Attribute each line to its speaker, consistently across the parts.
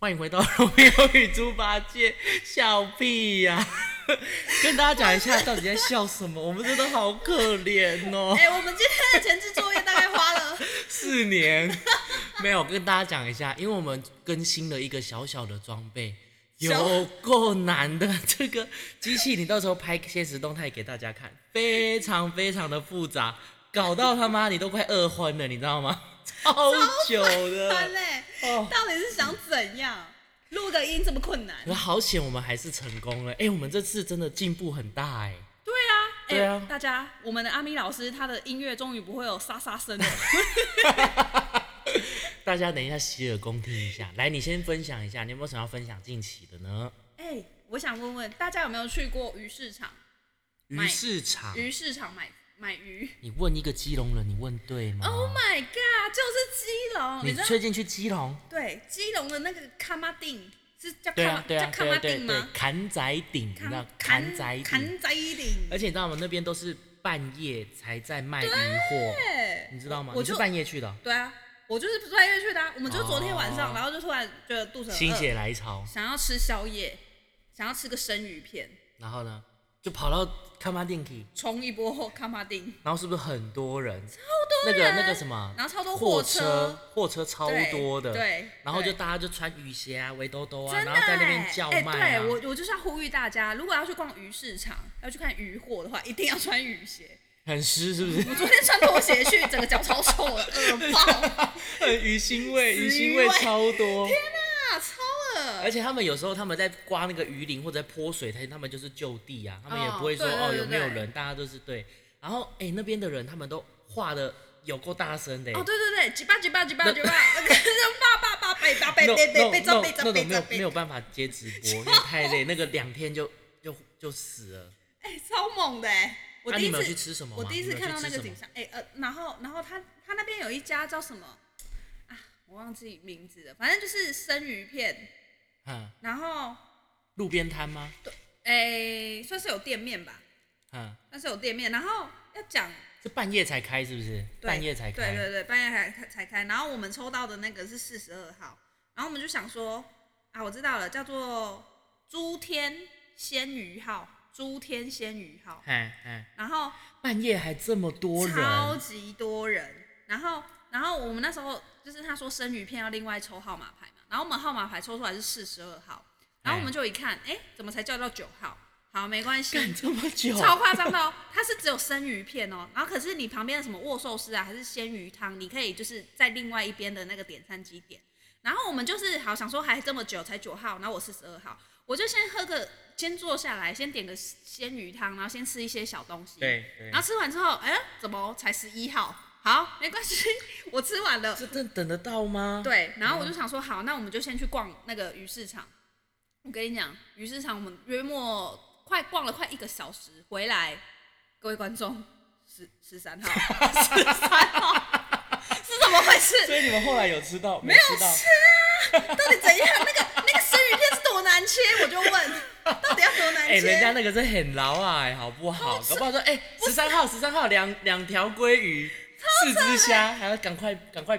Speaker 1: 欢迎回到《荣耀与猪八戒》，笑屁呀、 跟大家讲一下到底在笑什么，我们真的好可怜哦
Speaker 2: 哎、。我们今天的前置作业大概花了，
Speaker 1: 四年没有跟大家讲一下，因为我们更新了一个小小的装备，有够难的。这个机器你到时候拍现实动态给大家看，非常非常的复杂，搞到他妈你都快饿昏了，你知道吗？超久
Speaker 2: 翻
Speaker 1: 的
Speaker 2: 嘞，
Speaker 1: 哦。
Speaker 2: 到底是想怎样？录个音这么困难
Speaker 1: 可？是好险，我们还是成功了。哎、我们这次真的进步很大哎、
Speaker 2: 对啊，哎、
Speaker 1: 对啊
Speaker 2: 大家，我们的阿咪老师他的音乐终于不会有沙沙声了。
Speaker 1: 大家等一下洗耳恭听一下。来，你先分享一下，你有没有想要分享近期的呢？
Speaker 2: 哎、我想问问大家有没有去过鱼市场？
Speaker 1: 鱼
Speaker 2: 买
Speaker 1: 市场，
Speaker 2: 鱼市场买买鱼
Speaker 1: 你问一个基隆人，你问对吗
Speaker 2: ？Oh my god，就是基隆，你
Speaker 1: 你
Speaker 2: 知道？
Speaker 1: 最近去基隆？
Speaker 2: 对，基隆的那个卡马丁是叫
Speaker 1: 对
Speaker 2: 卡马
Speaker 1: 啊，对啊
Speaker 2: 叫，卡
Speaker 1: 对
Speaker 2: 马
Speaker 1: 啊对
Speaker 2: 丁
Speaker 1: 对对
Speaker 2: 吗？，
Speaker 1: 坎仔顶，你知道坎仔顶，
Speaker 2: 坎仔顶。
Speaker 1: 而且你知道吗？那边都是半夜才在卖鱼货，
Speaker 2: 对
Speaker 1: 你知道吗？
Speaker 2: 我
Speaker 1: 你是
Speaker 2: 就
Speaker 1: 半夜去的哦，
Speaker 2: 对啊，我就是半夜去的、啊，我们就昨天晚上，
Speaker 1: 哦
Speaker 2: 然后就突然觉得肚子很
Speaker 1: 心
Speaker 2: 饿，
Speaker 1: 血来潮，
Speaker 2: 想要吃宵夜，想要吃个生鱼片，
Speaker 1: 然后呢，就跑到看马店去，
Speaker 2: 冲一波 后康巴丁，
Speaker 1: 然后是不是很多人？
Speaker 2: 超
Speaker 1: 那
Speaker 2: 多
Speaker 1: 个
Speaker 2: 人，
Speaker 1: 那个什么，
Speaker 2: 然后超多
Speaker 1: 货
Speaker 2: 货
Speaker 1: 车
Speaker 2: 车，
Speaker 1: 货车超
Speaker 2: 对
Speaker 1: 多的，
Speaker 2: 对
Speaker 1: 然后就
Speaker 2: 对
Speaker 1: 大家就穿雨鞋啊、围兜兜啊，
Speaker 2: 真的
Speaker 1: 然后在那边
Speaker 2: 欸
Speaker 1: 叫
Speaker 2: 欸
Speaker 1: 卖啊
Speaker 2: 对。我我就是要呼吁大家，如果要去逛鱼市场，要去看鱼货的话，一定要穿雨鞋。
Speaker 1: 很湿是不是？
Speaker 2: 我昨天穿拖鞋去，整个脚超臭的，恶爆啊
Speaker 1: 鱼腥味，鱼
Speaker 2: 死
Speaker 1: 腥
Speaker 2: 鱼
Speaker 1: 味
Speaker 2: 味
Speaker 1: 超多。
Speaker 2: 啊，超恶。
Speaker 1: 而且他们有时候他们在刮那个鱼鳞或者在泼水，他他们就是就地啊，他们也
Speaker 2: 哦
Speaker 1: 不会说
Speaker 2: 对对
Speaker 1: 哦
Speaker 2: 对
Speaker 1: 有没有
Speaker 2: 对
Speaker 1: 人，大家都是对。然后哎、那边的人他们都画的有够大声的、欸
Speaker 2: 哦，对对对，几巴几巴几巴几巴，那个八八八百 八百
Speaker 1: 那
Speaker 2: 百
Speaker 1: 那
Speaker 2: 百
Speaker 1: 那
Speaker 2: 百张百
Speaker 1: 那
Speaker 2: 张百
Speaker 1: 种没有
Speaker 2: 张
Speaker 1: 没有办法接直播，因为太累，那个两天就就就死了。
Speaker 2: 哎，超猛的哎！我
Speaker 1: 啊
Speaker 2: 第
Speaker 1: 你
Speaker 2: 一
Speaker 1: 们有
Speaker 2: 次
Speaker 1: 去吃什么
Speaker 2: 我
Speaker 1: 吗
Speaker 2: 第一
Speaker 1: 你
Speaker 2: 次
Speaker 1: 们有
Speaker 2: 看
Speaker 1: 去
Speaker 2: 到
Speaker 1: 吃什
Speaker 2: 那个
Speaker 1: 么
Speaker 2: 景象，哎呃，然后然后他他那边有一家叫什么啊？我忘记名字了，反正就是生鱼片，
Speaker 1: 嗯，
Speaker 2: 然后
Speaker 1: 路边摊吗？
Speaker 2: 哎算是有店面吧，
Speaker 1: 嗯，
Speaker 2: 算是有店面，然后要讲
Speaker 1: 是半夜才开是不是？
Speaker 2: 对
Speaker 1: 半夜才开。
Speaker 2: 对对对，半夜才开才开。然后我们抽到的那个是四十二号，然后我们就想说啊，我知道了，叫做朱天鲜鱼号，朱天鲜鱼号，
Speaker 1: 嗯嗯，
Speaker 2: 然后
Speaker 1: 半夜还这么多人，
Speaker 2: 超级多人，然后然后我们那时候就是他说生鱼片要另外抽号码牌嘛，然后我们号码牌抽出来是四十二号，然后我们就一看，哎、怎么才叫到九号？好，没关系，
Speaker 1: 干这么久，
Speaker 2: 超夸张的哦！它是只有生鱼片哦，然后可是你旁边的什么握寿司啊，还是鲜鱼汤，你可以就是在另外一边的那个点餐机点。然后我们就是好想说还这么久才九号，然后我四十二号，我就先喝个，先坐下来，先点个鲜鱼汤，然后先吃一些小东西。
Speaker 1: 对对
Speaker 2: 然后吃完之后，哎、怎么才十一号？好，没关系， 我吃完了。
Speaker 1: 这等等得到吗？，
Speaker 2: 对，然后我就想说，好，那我们就先去逛那个鱼市场。我跟你讲，鱼市场我们约莫快逛了快一个小时，回来，各位观众，十十三号， 十三号是怎么回
Speaker 1: 所
Speaker 2: 事？
Speaker 1: 以你们后来有吃到没有吃到？
Speaker 2: 到底怎样？那个那个生鱼片是多难切？我就问， 到底要多难
Speaker 1: 哎、
Speaker 2: 切？
Speaker 1: 人家那个是很老啊，好不好？搞不好说，哎、十三号，十三号两两条鲑鱼，四只
Speaker 2: 欸
Speaker 1: 虾，还要赶快赶快，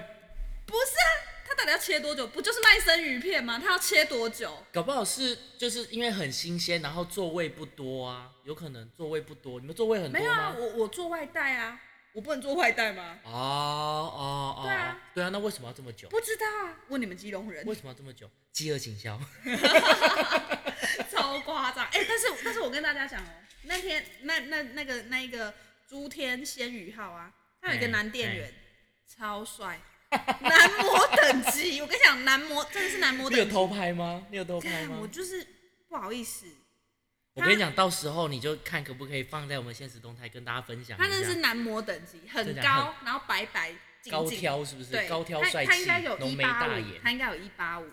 Speaker 2: 不是啊，他到底要切多久？不就是卖生鱼片吗？他要切多久？
Speaker 1: 搞不好是就是因为很新鲜，然后座位不多啊，有可能座位不多，你们座位很多
Speaker 2: 没有啊
Speaker 1: 吗，？
Speaker 2: 我我做外带啊，我不能做外带吗？
Speaker 1: 哦哦哦，
Speaker 2: 对啊，
Speaker 1: 对啊，那为什么要这么久？
Speaker 2: 不知道啊，问你们基隆 人。
Speaker 1: 为什么要这么久？饥饿行销，
Speaker 2: 超夸张！哎、但是但是我跟大家讲哦、那天那那那个那一个朱天鲜鱼号啊，他有一个
Speaker 1: 哎
Speaker 2: 男店员，超帅， 男模等级。我跟你讲，男模真的是男模
Speaker 1: 你有
Speaker 2: 等级。
Speaker 1: 偷拍吗？你有偷拍
Speaker 2: 看，
Speaker 1: 吗
Speaker 2: 我？就是不好意思，
Speaker 1: 我跟你讲，到时候你就看可不可以放在我们现实动态跟大家分享一下。
Speaker 2: 他真的是男模等级，很
Speaker 1: 真的
Speaker 2: 高，然后白白净
Speaker 1: 高
Speaker 2: 净，
Speaker 1: 挑是不是？
Speaker 2: 对，
Speaker 1: 高挑
Speaker 2: 他
Speaker 1: 帅
Speaker 2: 他应
Speaker 1: 气
Speaker 2: 该有，
Speaker 1: 浓
Speaker 2: 一
Speaker 1: 眉
Speaker 2: 八
Speaker 1: 大
Speaker 2: 五
Speaker 1: 眼，。
Speaker 2: 他应该有一八五。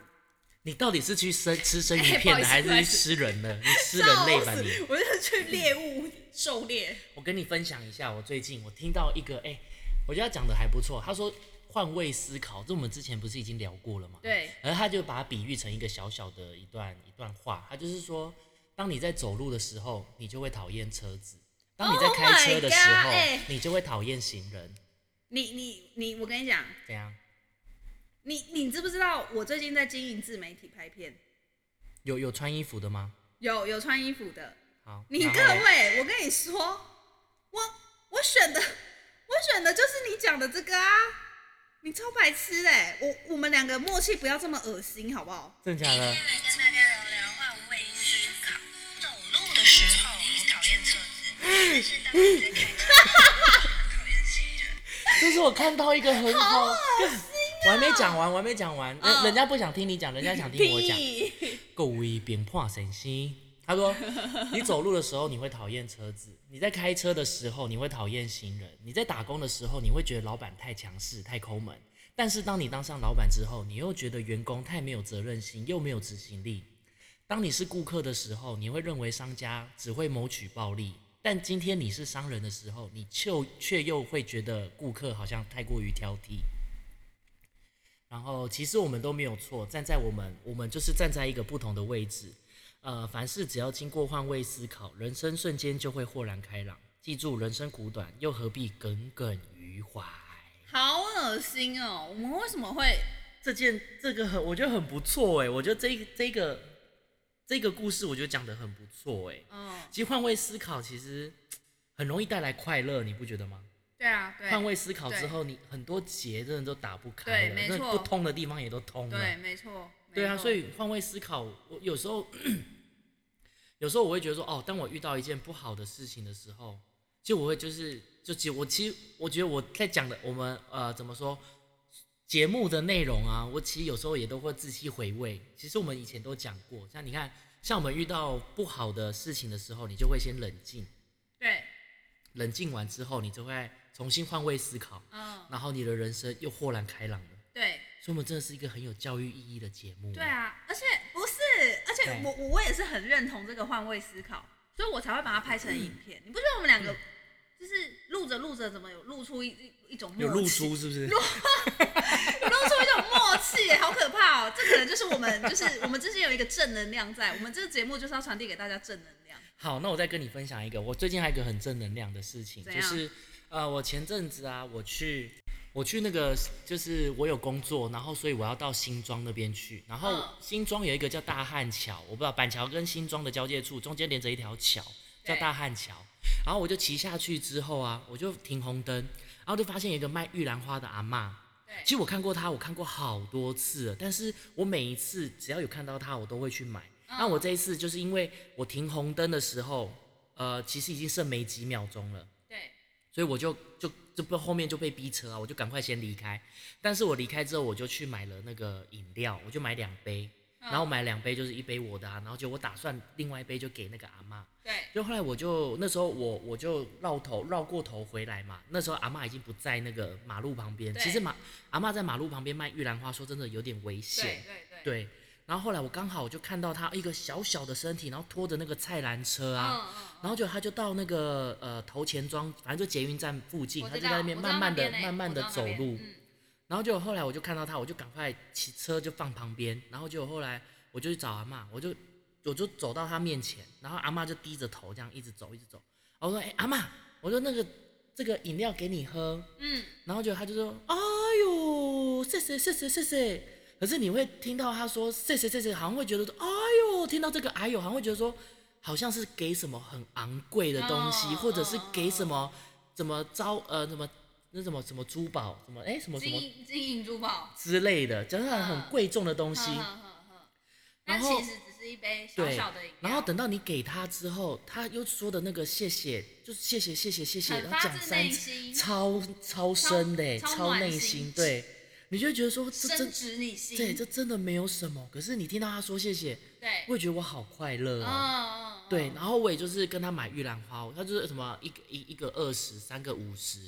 Speaker 1: 你到底是去生吃生鱼
Speaker 2: 哎
Speaker 1: 片的，
Speaker 2: 不好意思
Speaker 1: 还是
Speaker 2: 不好
Speaker 1: 去
Speaker 2: 意思
Speaker 1: 吃人的？你吃人类吧
Speaker 2: 笑
Speaker 1: 你！
Speaker 2: 死我就是去猎物狩猎，
Speaker 1: 我跟你分享一下，我最近我听到一个，哎、我觉得他讲的还不错。他说换位思考，这我们之前不是已经聊过了吗？
Speaker 2: 对。
Speaker 1: 而他就把它比喻成一个小小的一段一段话，他就是说，当你在走路的时候，你就会讨厌车子；当你在
Speaker 2: Oh
Speaker 1: 开车的时候
Speaker 2: my god，哎
Speaker 1: 你就会讨厌行人。
Speaker 2: 你你你，我跟你讲，
Speaker 1: 怎样？
Speaker 2: 你你知不知道我最近在经营自媒体拍片，
Speaker 1: 有有穿衣服的吗？
Speaker 2: 有有穿衣服的。
Speaker 1: 好，
Speaker 2: 你
Speaker 1: 然
Speaker 2: 各
Speaker 1: 后嘞，
Speaker 2: 位，我跟你说，我我选的我选的就是你讲的这个啊，你超白痴哎、我我们两个默契不要这么恶心好不好？
Speaker 1: 真的假的？
Speaker 3: 来跟大家聊聊换位思考。走路的时候很讨厌车子，但是当你在开车的时 候就很讨厌行人。
Speaker 1: 就是我看到一个很好，我还没讲完，我还没讲完，人、
Speaker 2: 啊嗯
Speaker 1: 人家不想听你讲，人家想听我讲。
Speaker 2: 屁
Speaker 1: 够微变化神心。他说， 你走路的时候你会讨厌车子，你在开车的时候你会讨厌行人，你在打工的时候你会觉得老板太强势、太抠门。但是当你当上老板之后，你又觉得员工太没有责任心，又没有执行力。当你是顾客的时候，你会认为商家只会谋取暴利；但今天你是商人的时候，你却却又会觉得顾客好像太过于挑剔。然后其实我们都没有错，站在我们我们就是站在一个不同的位置。呃，凡事只要经过换位思考，人生瞬间就会豁然开朗。记住，人生苦短，又何必耿耿于怀？
Speaker 2: 好恶心哦！我们为什么会
Speaker 1: 这件这个很，我觉得很不错哎，我觉得这一这个这个故事，我觉得讲的很不错哎。
Speaker 2: 嗯？
Speaker 1: 其实换位思考其实很容易带来快乐，你不觉得吗？
Speaker 2: 对啊，对，
Speaker 1: 换位思考之
Speaker 2: 对
Speaker 1: 后，你很多结真的都打不开
Speaker 2: 对
Speaker 1: 了，
Speaker 2: 没
Speaker 1: 那
Speaker 2: 错
Speaker 1: 不通的地方也都通了。
Speaker 2: 对，没错，
Speaker 1: 对啊，
Speaker 2: 没错
Speaker 1: 所以换位思考，我有时候有时候我会觉得说，哦，当我遇到一件不好的事情的时候，就我会就是就其实我其实我觉得我在讲的我们呃怎么说节目的内容啊，我其实有时候也都会仔细回味。其实我们以前都讲过，像你看，像我们遇到不好的事情的时候，你就会先冷静，
Speaker 2: 对，
Speaker 1: 冷静完之后，你就会重新换位思考，
Speaker 2: 嗯，
Speaker 1: 然后你的人生又豁然开朗了。
Speaker 2: 对，
Speaker 1: 所以，我们真的是一个很有教育意义的节目。
Speaker 2: 对啊，而且不是，而且
Speaker 1: 嗯对
Speaker 2: 我我我也是很认同这个换位思考，所以我才会把它拍成影片。你不觉得我们两
Speaker 1: 嗯
Speaker 2: 个就是录着录着，怎么有露出一一一种
Speaker 1: 有露
Speaker 2: 默契，
Speaker 1: 出是不是？
Speaker 2: 露出一种默契，好可怕哦！这可能就是我们就是我们之间有一个正能量在，我们这个节目就是要传递给大家正能量。
Speaker 1: 好，那我再跟你分享一个，我最近还有一个很正能量的事情，
Speaker 2: 怎
Speaker 1: 就
Speaker 2: 样
Speaker 1: 是呃，我前阵子啊，我去我去那个就是我有工作，然后所以我要到新庄那边去，然后
Speaker 2: 嗯
Speaker 1: 新庄有一个叫大汉桥，我不知道板桥跟新庄的交界处中间连着一条桥叫
Speaker 2: 对
Speaker 1: 大汉桥，然后我就骑下去之后啊，我就停红灯，然后就发现有一个卖玉兰花的阿嬷。其实
Speaker 2: 对，
Speaker 1: 我看过他，我看过好多次了，但是我每一次只要有看到他，我都会去买。
Speaker 2: 嗯
Speaker 1: 那我这一次就是因为我停红灯的时候，呃，其实已经剩没几秒钟了，
Speaker 2: 对，
Speaker 1: 所以我就就就被后面就被逼车啊，我就赶快先离开。但是我离开之后，我就去买了那个饮料，我就买两杯，
Speaker 2: 嗯
Speaker 1: 然后买两杯就是一杯我的啊，然后就我打算另外一杯就给那个阿妈。
Speaker 2: 对，
Speaker 1: 就后来我就那时候我我就绕头绕过头回来嘛，那时候阿嬷已经不在那个马路旁边。
Speaker 2: 对
Speaker 1: 其实马阿嬷在马路旁边卖玉兰花，说真的有点危险
Speaker 2: 对，。对，对，
Speaker 1: 对。然后后来我刚好我就看到她一个小小的身体，然后拖着那个菜篮车啊，
Speaker 2: 嗯嗯，
Speaker 1: 然后就她就到那个呃头前庄，反正就捷运站附近，
Speaker 2: 我
Speaker 1: 她
Speaker 2: 知
Speaker 1: 就
Speaker 2: 道
Speaker 1: 在那边
Speaker 2: 我知道
Speaker 1: 慢慢的
Speaker 2: 边欸
Speaker 1: 慢慢的
Speaker 2: 我知道
Speaker 1: 走
Speaker 2: 那边
Speaker 1: 路。
Speaker 2: 嗯
Speaker 1: 然后就后来我就看到他，我就赶快骑车就放旁边，然后就后来我就去找阿妈，我就我就走到他面前，然后阿妈就低着头这样一直走一直走，然后我说：“哎、阿妈，我说那个这个饮料给你喝。
Speaker 2: 嗯，”
Speaker 1: 然后就他就说：“哎呦，谢谢谢谢谢谢。”可是你会听到他说“谢谢谢谢”，好像会觉得说：“哎呦”，听到这个“哎呦”，好像会觉得说好像是给什么很昂贵的东西，
Speaker 2: 哦
Speaker 1: 或者是
Speaker 2: 哦
Speaker 1: 给
Speaker 2: 哦
Speaker 1: 什么怎么招呃什么那什么什么珠宝什么哎什么什
Speaker 2: 金
Speaker 1: 么
Speaker 2: 银金银珠宝，
Speaker 1: 之类的，讲是很
Speaker 2: 嗯
Speaker 1: 贵重的东
Speaker 2: 呵
Speaker 1: 西。
Speaker 2: 呵呵呵
Speaker 1: 然
Speaker 2: 但
Speaker 1: 后
Speaker 2: 其实只是一杯小
Speaker 1: 对
Speaker 2: 小的饮料，
Speaker 1: 然后等到你给他之后，他又说的那个谢谢，就是谢谢谢谢谢谢，
Speaker 2: 很
Speaker 1: 然后
Speaker 2: 发
Speaker 1: 讲
Speaker 2: 自
Speaker 1: 三
Speaker 2: 内
Speaker 1: 次，
Speaker 2: 心，
Speaker 1: 超超深的欸，
Speaker 2: 超
Speaker 1: 超
Speaker 2: 暖
Speaker 1: 内
Speaker 2: 心
Speaker 1: 心，对，你就会觉得说 这
Speaker 2: 深
Speaker 1: 真
Speaker 2: 植你心。
Speaker 1: 对这真的没有什么，可是你听到他说谢谢，
Speaker 2: 对
Speaker 1: 我也觉得我好快乐
Speaker 2: 嗯
Speaker 1: 啊。
Speaker 2: 嗯，嗯
Speaker 1: 对，，然后我也就是跟他买玉兰花，他就是什么一个一一个二十，三个五十，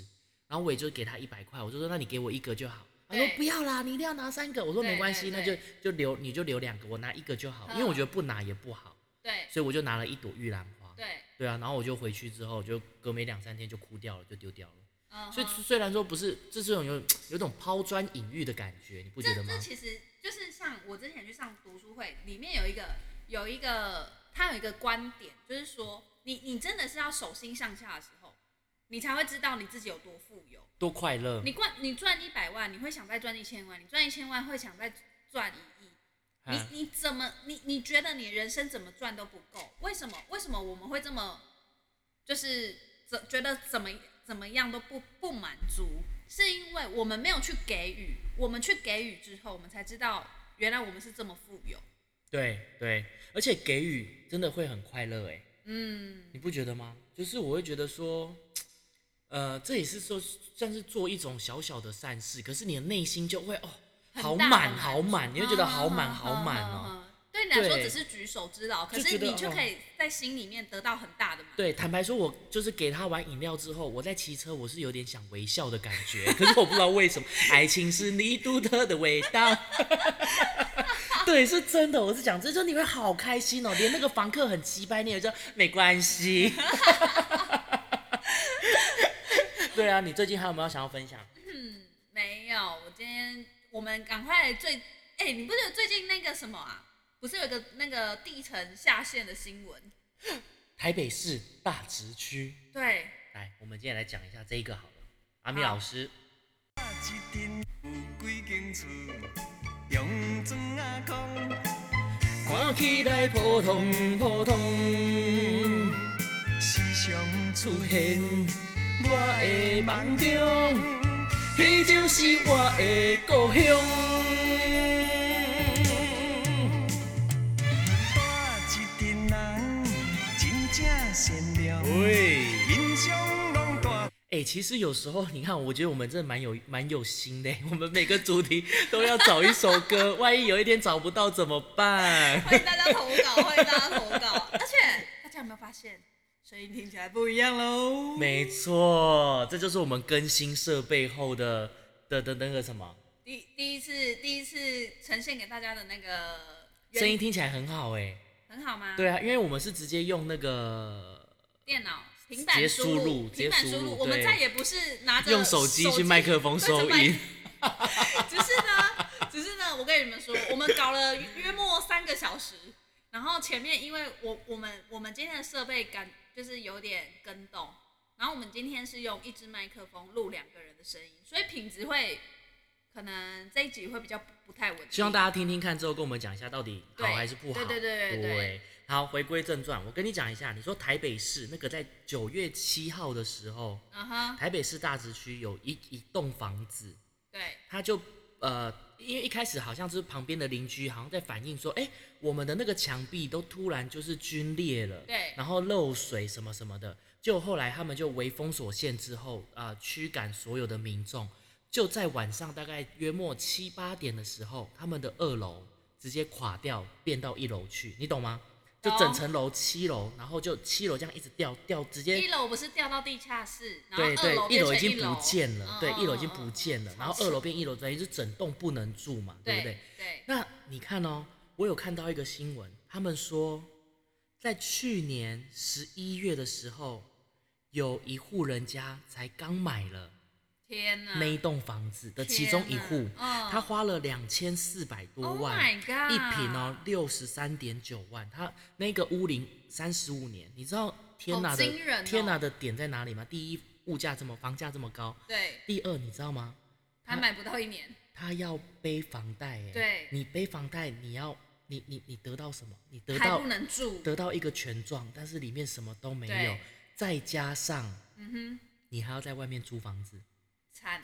Speaker 1: 然后我也就给他一百块，我就说那你给我一个就好。他说
Speaker 2: 对
Speaker 1: 不要啦，你一定要拿三个。我说
Speaker 2: 对
Speaker 1: 没关系，
Speaker 2: 对嗯
Speaker 1: 那就
Speaker 2: 对
Speaker 1: 就留你就留两个，我拿一个就好，因为我觉得不拿也不好，
Speaker 2: 对
Speaker 1: 所以我就拿了一朵玉兰花。
Speaker 2: 对，
Speaker 1: 对啊，然后我就回去之后，就隔没两三天就哭掉了，就丢掉了。
Speaker 2: 嗯，
Speaker 1: 所以
Speaker 2: 嗯
Speaker 1: 虽然说不是，这是种有有种抛砖引玉的感觉，你不觉
Speaker 2: 这
Speaker 1: 得吗
Speaker 2: 这？其实就是像我之前去上读书会，里面有一个有一个他有一个观点，就是说你你真的是要手心向下的时候，你才会知道你自己有多富有。
Speaker 1: 多快乐，
Speaker 2: 你赚你赚一百万，你会想再赚一千万；你赚一千万，会想再赚一亿。你
Speaker 1: 啊
Speaker 2: 你怎么你你觉得你人生怎么赚都不够？为什么？为什么我们会这么就是怎觉得怎么怎么样都不不满足？是因为我们没有去给予，我们去给予之后，我们才知道原来我们是这么富有。
Speaker 1: 对对，而且给予真的会很快乐哎，
Speaker 2: 嗯，
Speaker 1: 你不觉得吗？就是我会觉得说，呃，这也是说算是做一种小小的善事，可是你的内心就会哦，
Speaker 2: 很
Speaker 1: 好
Speaker 2: 大的
Speaker 1: 满
Speaker 2: 满
Speaker 1: 好满，你会觉得好满好满哦。
Speaker 2: 嗯。嗯嗯嗯嗯对你来说
Speaker 1: 对
Speaker 2: 只是举手之劳，可
Speaker 1: 就是觉得
Speaker 2: 你就
Speaker 1: 哦
Speaker 2: 可以在心里面得到很大的满足。
Speaker 1: 对，坦白说，我就是给他完饮料之后，我在骑车，我是有点想微笑的感觉，可是我不知道为什么，爱情是你独特的味道。 对，是真的，我是讲，这就你会好开心哦，连那个房客很鸡掰，你也就没关系。 对啊，你最近还有没有想要分享？
Speaker 2: 没有，我今天我们赶快最哎、你不觉得最近那个什么啊，不是有一个那个地层下陷的新闻？
Speaker 1: 台北市大直区，
Speaker 2: 对，
Speaker 1: 来，我们今天来讲一下这一个好了，阿米
Speaker 2: 好
Speaker 1: 老师，
Speaker 4: 一阵有几间厝，用砖啊空，看起来普通普通。时常出现我的梦中，迄就是我的故乡。带一群人真正善良，
Speaker 1: 喂。
Speaker 4: 人生拢带。
Speaker 1: 哎、其实有时候你看，我觉得我们真的蛮有蛮有心的。 我们每个主题都要找一首歌，万一有一天找不到怎么办？
Speaker 2: 欢迎大家投 稿，欢迎大家投稿。而且大家有没有发现，声音听起来不一样喽？
Speaker 1: 没错，这就是我们更新设备后的的的那个什么
Speaker 2: 第第一次第一次呈现给大家的那个原
Speaker 1: 声音，听起来很好哎。
Speaker 2: 很好吗？，
Speaker 1: 对啊，因为我们是直接用那个
Speaker 2: 电脑。平
Speaker 1: 直接
Speaker 2: 板
Speaker 1: 输入
Speaker 2: 入，
Speaker 1: 直接
Speaker 2: 平板
Speaker 1: 输
Speaker 2: 输
Speaker 1: 入
Speaker 2: 我们
Speaker 1: 对
Speaker 2: 再也不是拿着
Speaker 1: 用手机去麦克风
Speaker 2: 对着
Speaker 1: 收
Speaker 2: 麦
Speaker 1: 音，
Speaker 2: 只是呢，只是呢，我跟你们说，我们搞了约莫三个小时，然后前面因为我我们我们今天的设备感就是有点跟动，然后我们今天是用一支麦克风录两个人的声音，所以品质会可能这一集会比较不不太稳定。
Speaker 1: 希望大家听听看之后，跟我们讲一下到底好
Speaker 2: 对
Speaker 1: 还是不好。
Speaker 2: 对对对对对
Speaker 1: 好，回归正传，我跟你讲一下，你说台北市那个在九月七号的时候，
Speaker 2: 嗯哼，
Speaker 1: 台北市大直区有一一栋房子，
Speaker 2: 对，
Speaker 1: 它就呃，因为一开始好像是旁边的邻居好像在反映说，哎、我们的那个墙壁都突然就是皲裂了，
Speaker 2: 对
Speaker 1: 然后漏水什么什么的。就后来他们就为封锁线之后啊，驱、赶所有的民众。就在晚上大概约莫七八点的时候，他们的二楼直接垮掉，变到一楼去，你懂吗？就整
Speaker 2: 懂
Speaker 1: 层楼七楼，然后就七楼这样一直掉掉，直接
Speaker 2: 一楼不是掉到地下室，然后
Speaker 1: 对
Speaker 2: 二
Speaker 1: 对
Speaker 2: 楼，
Speaker 1: 一
Speaker 2: 变
Speaker 1: 楼
Speaker 2: 成
Speaker 1: 已经
Speaker 2: 一楼
Speaker 1: 不见了，对，
Speaker 2: 嗯
Speaker 1: 一楼已经
Speaker 2: 嗯
Speaker 1: 不
Speaker 2: 嗯
Speaker 1: 见了，然后二楼变一楼，等于是整栋不能住嘛，对不对
Speaker 2: 对？对，
Speaker 1: 那你看哦，我有看到一个新闻，他们说，在去年十一月的时候，有一户人家才刚买了
Speaker 2: 天哪
Speaker 1: 那一栋房子的其中一户
Speaker 2: 嗯天，哪嗯
Speaker 1: 他花了两千四百多
Speaker 2: Oh
Speaker 1: 万
Speaker 2: my god
Speaker 1: 一平哦
Speaker 2: 啊
Speaker 1: 六十三点九万，他那个屋龄三十五年，你知道天哪的、
Speaker 2: 好惊人哦
Speaker 1: 天哪的点在哪里吗？第一，物价这么房价这么高，
Speaker 2: 对，
Speaker 1: 第二，你知道吗？
Speaker 2: 还买不到一年。
Speaker 1: 他要背房贷、哎，
Speaker 2: 对
Speaker 1: 你背房贷，你要你你你得到什么？你得
Speaker 2: 还
Speaker 1: 到
Speaker 2: 不能住，
Speaker 1: 得到一个权状，但是里面什么都没有
Speaker 2: 对，
Speaker 1: 再加上
Speaker 2: 嗯哼，
Speaker 1: 你还要在外面租房子，
Speaker 2: 惨，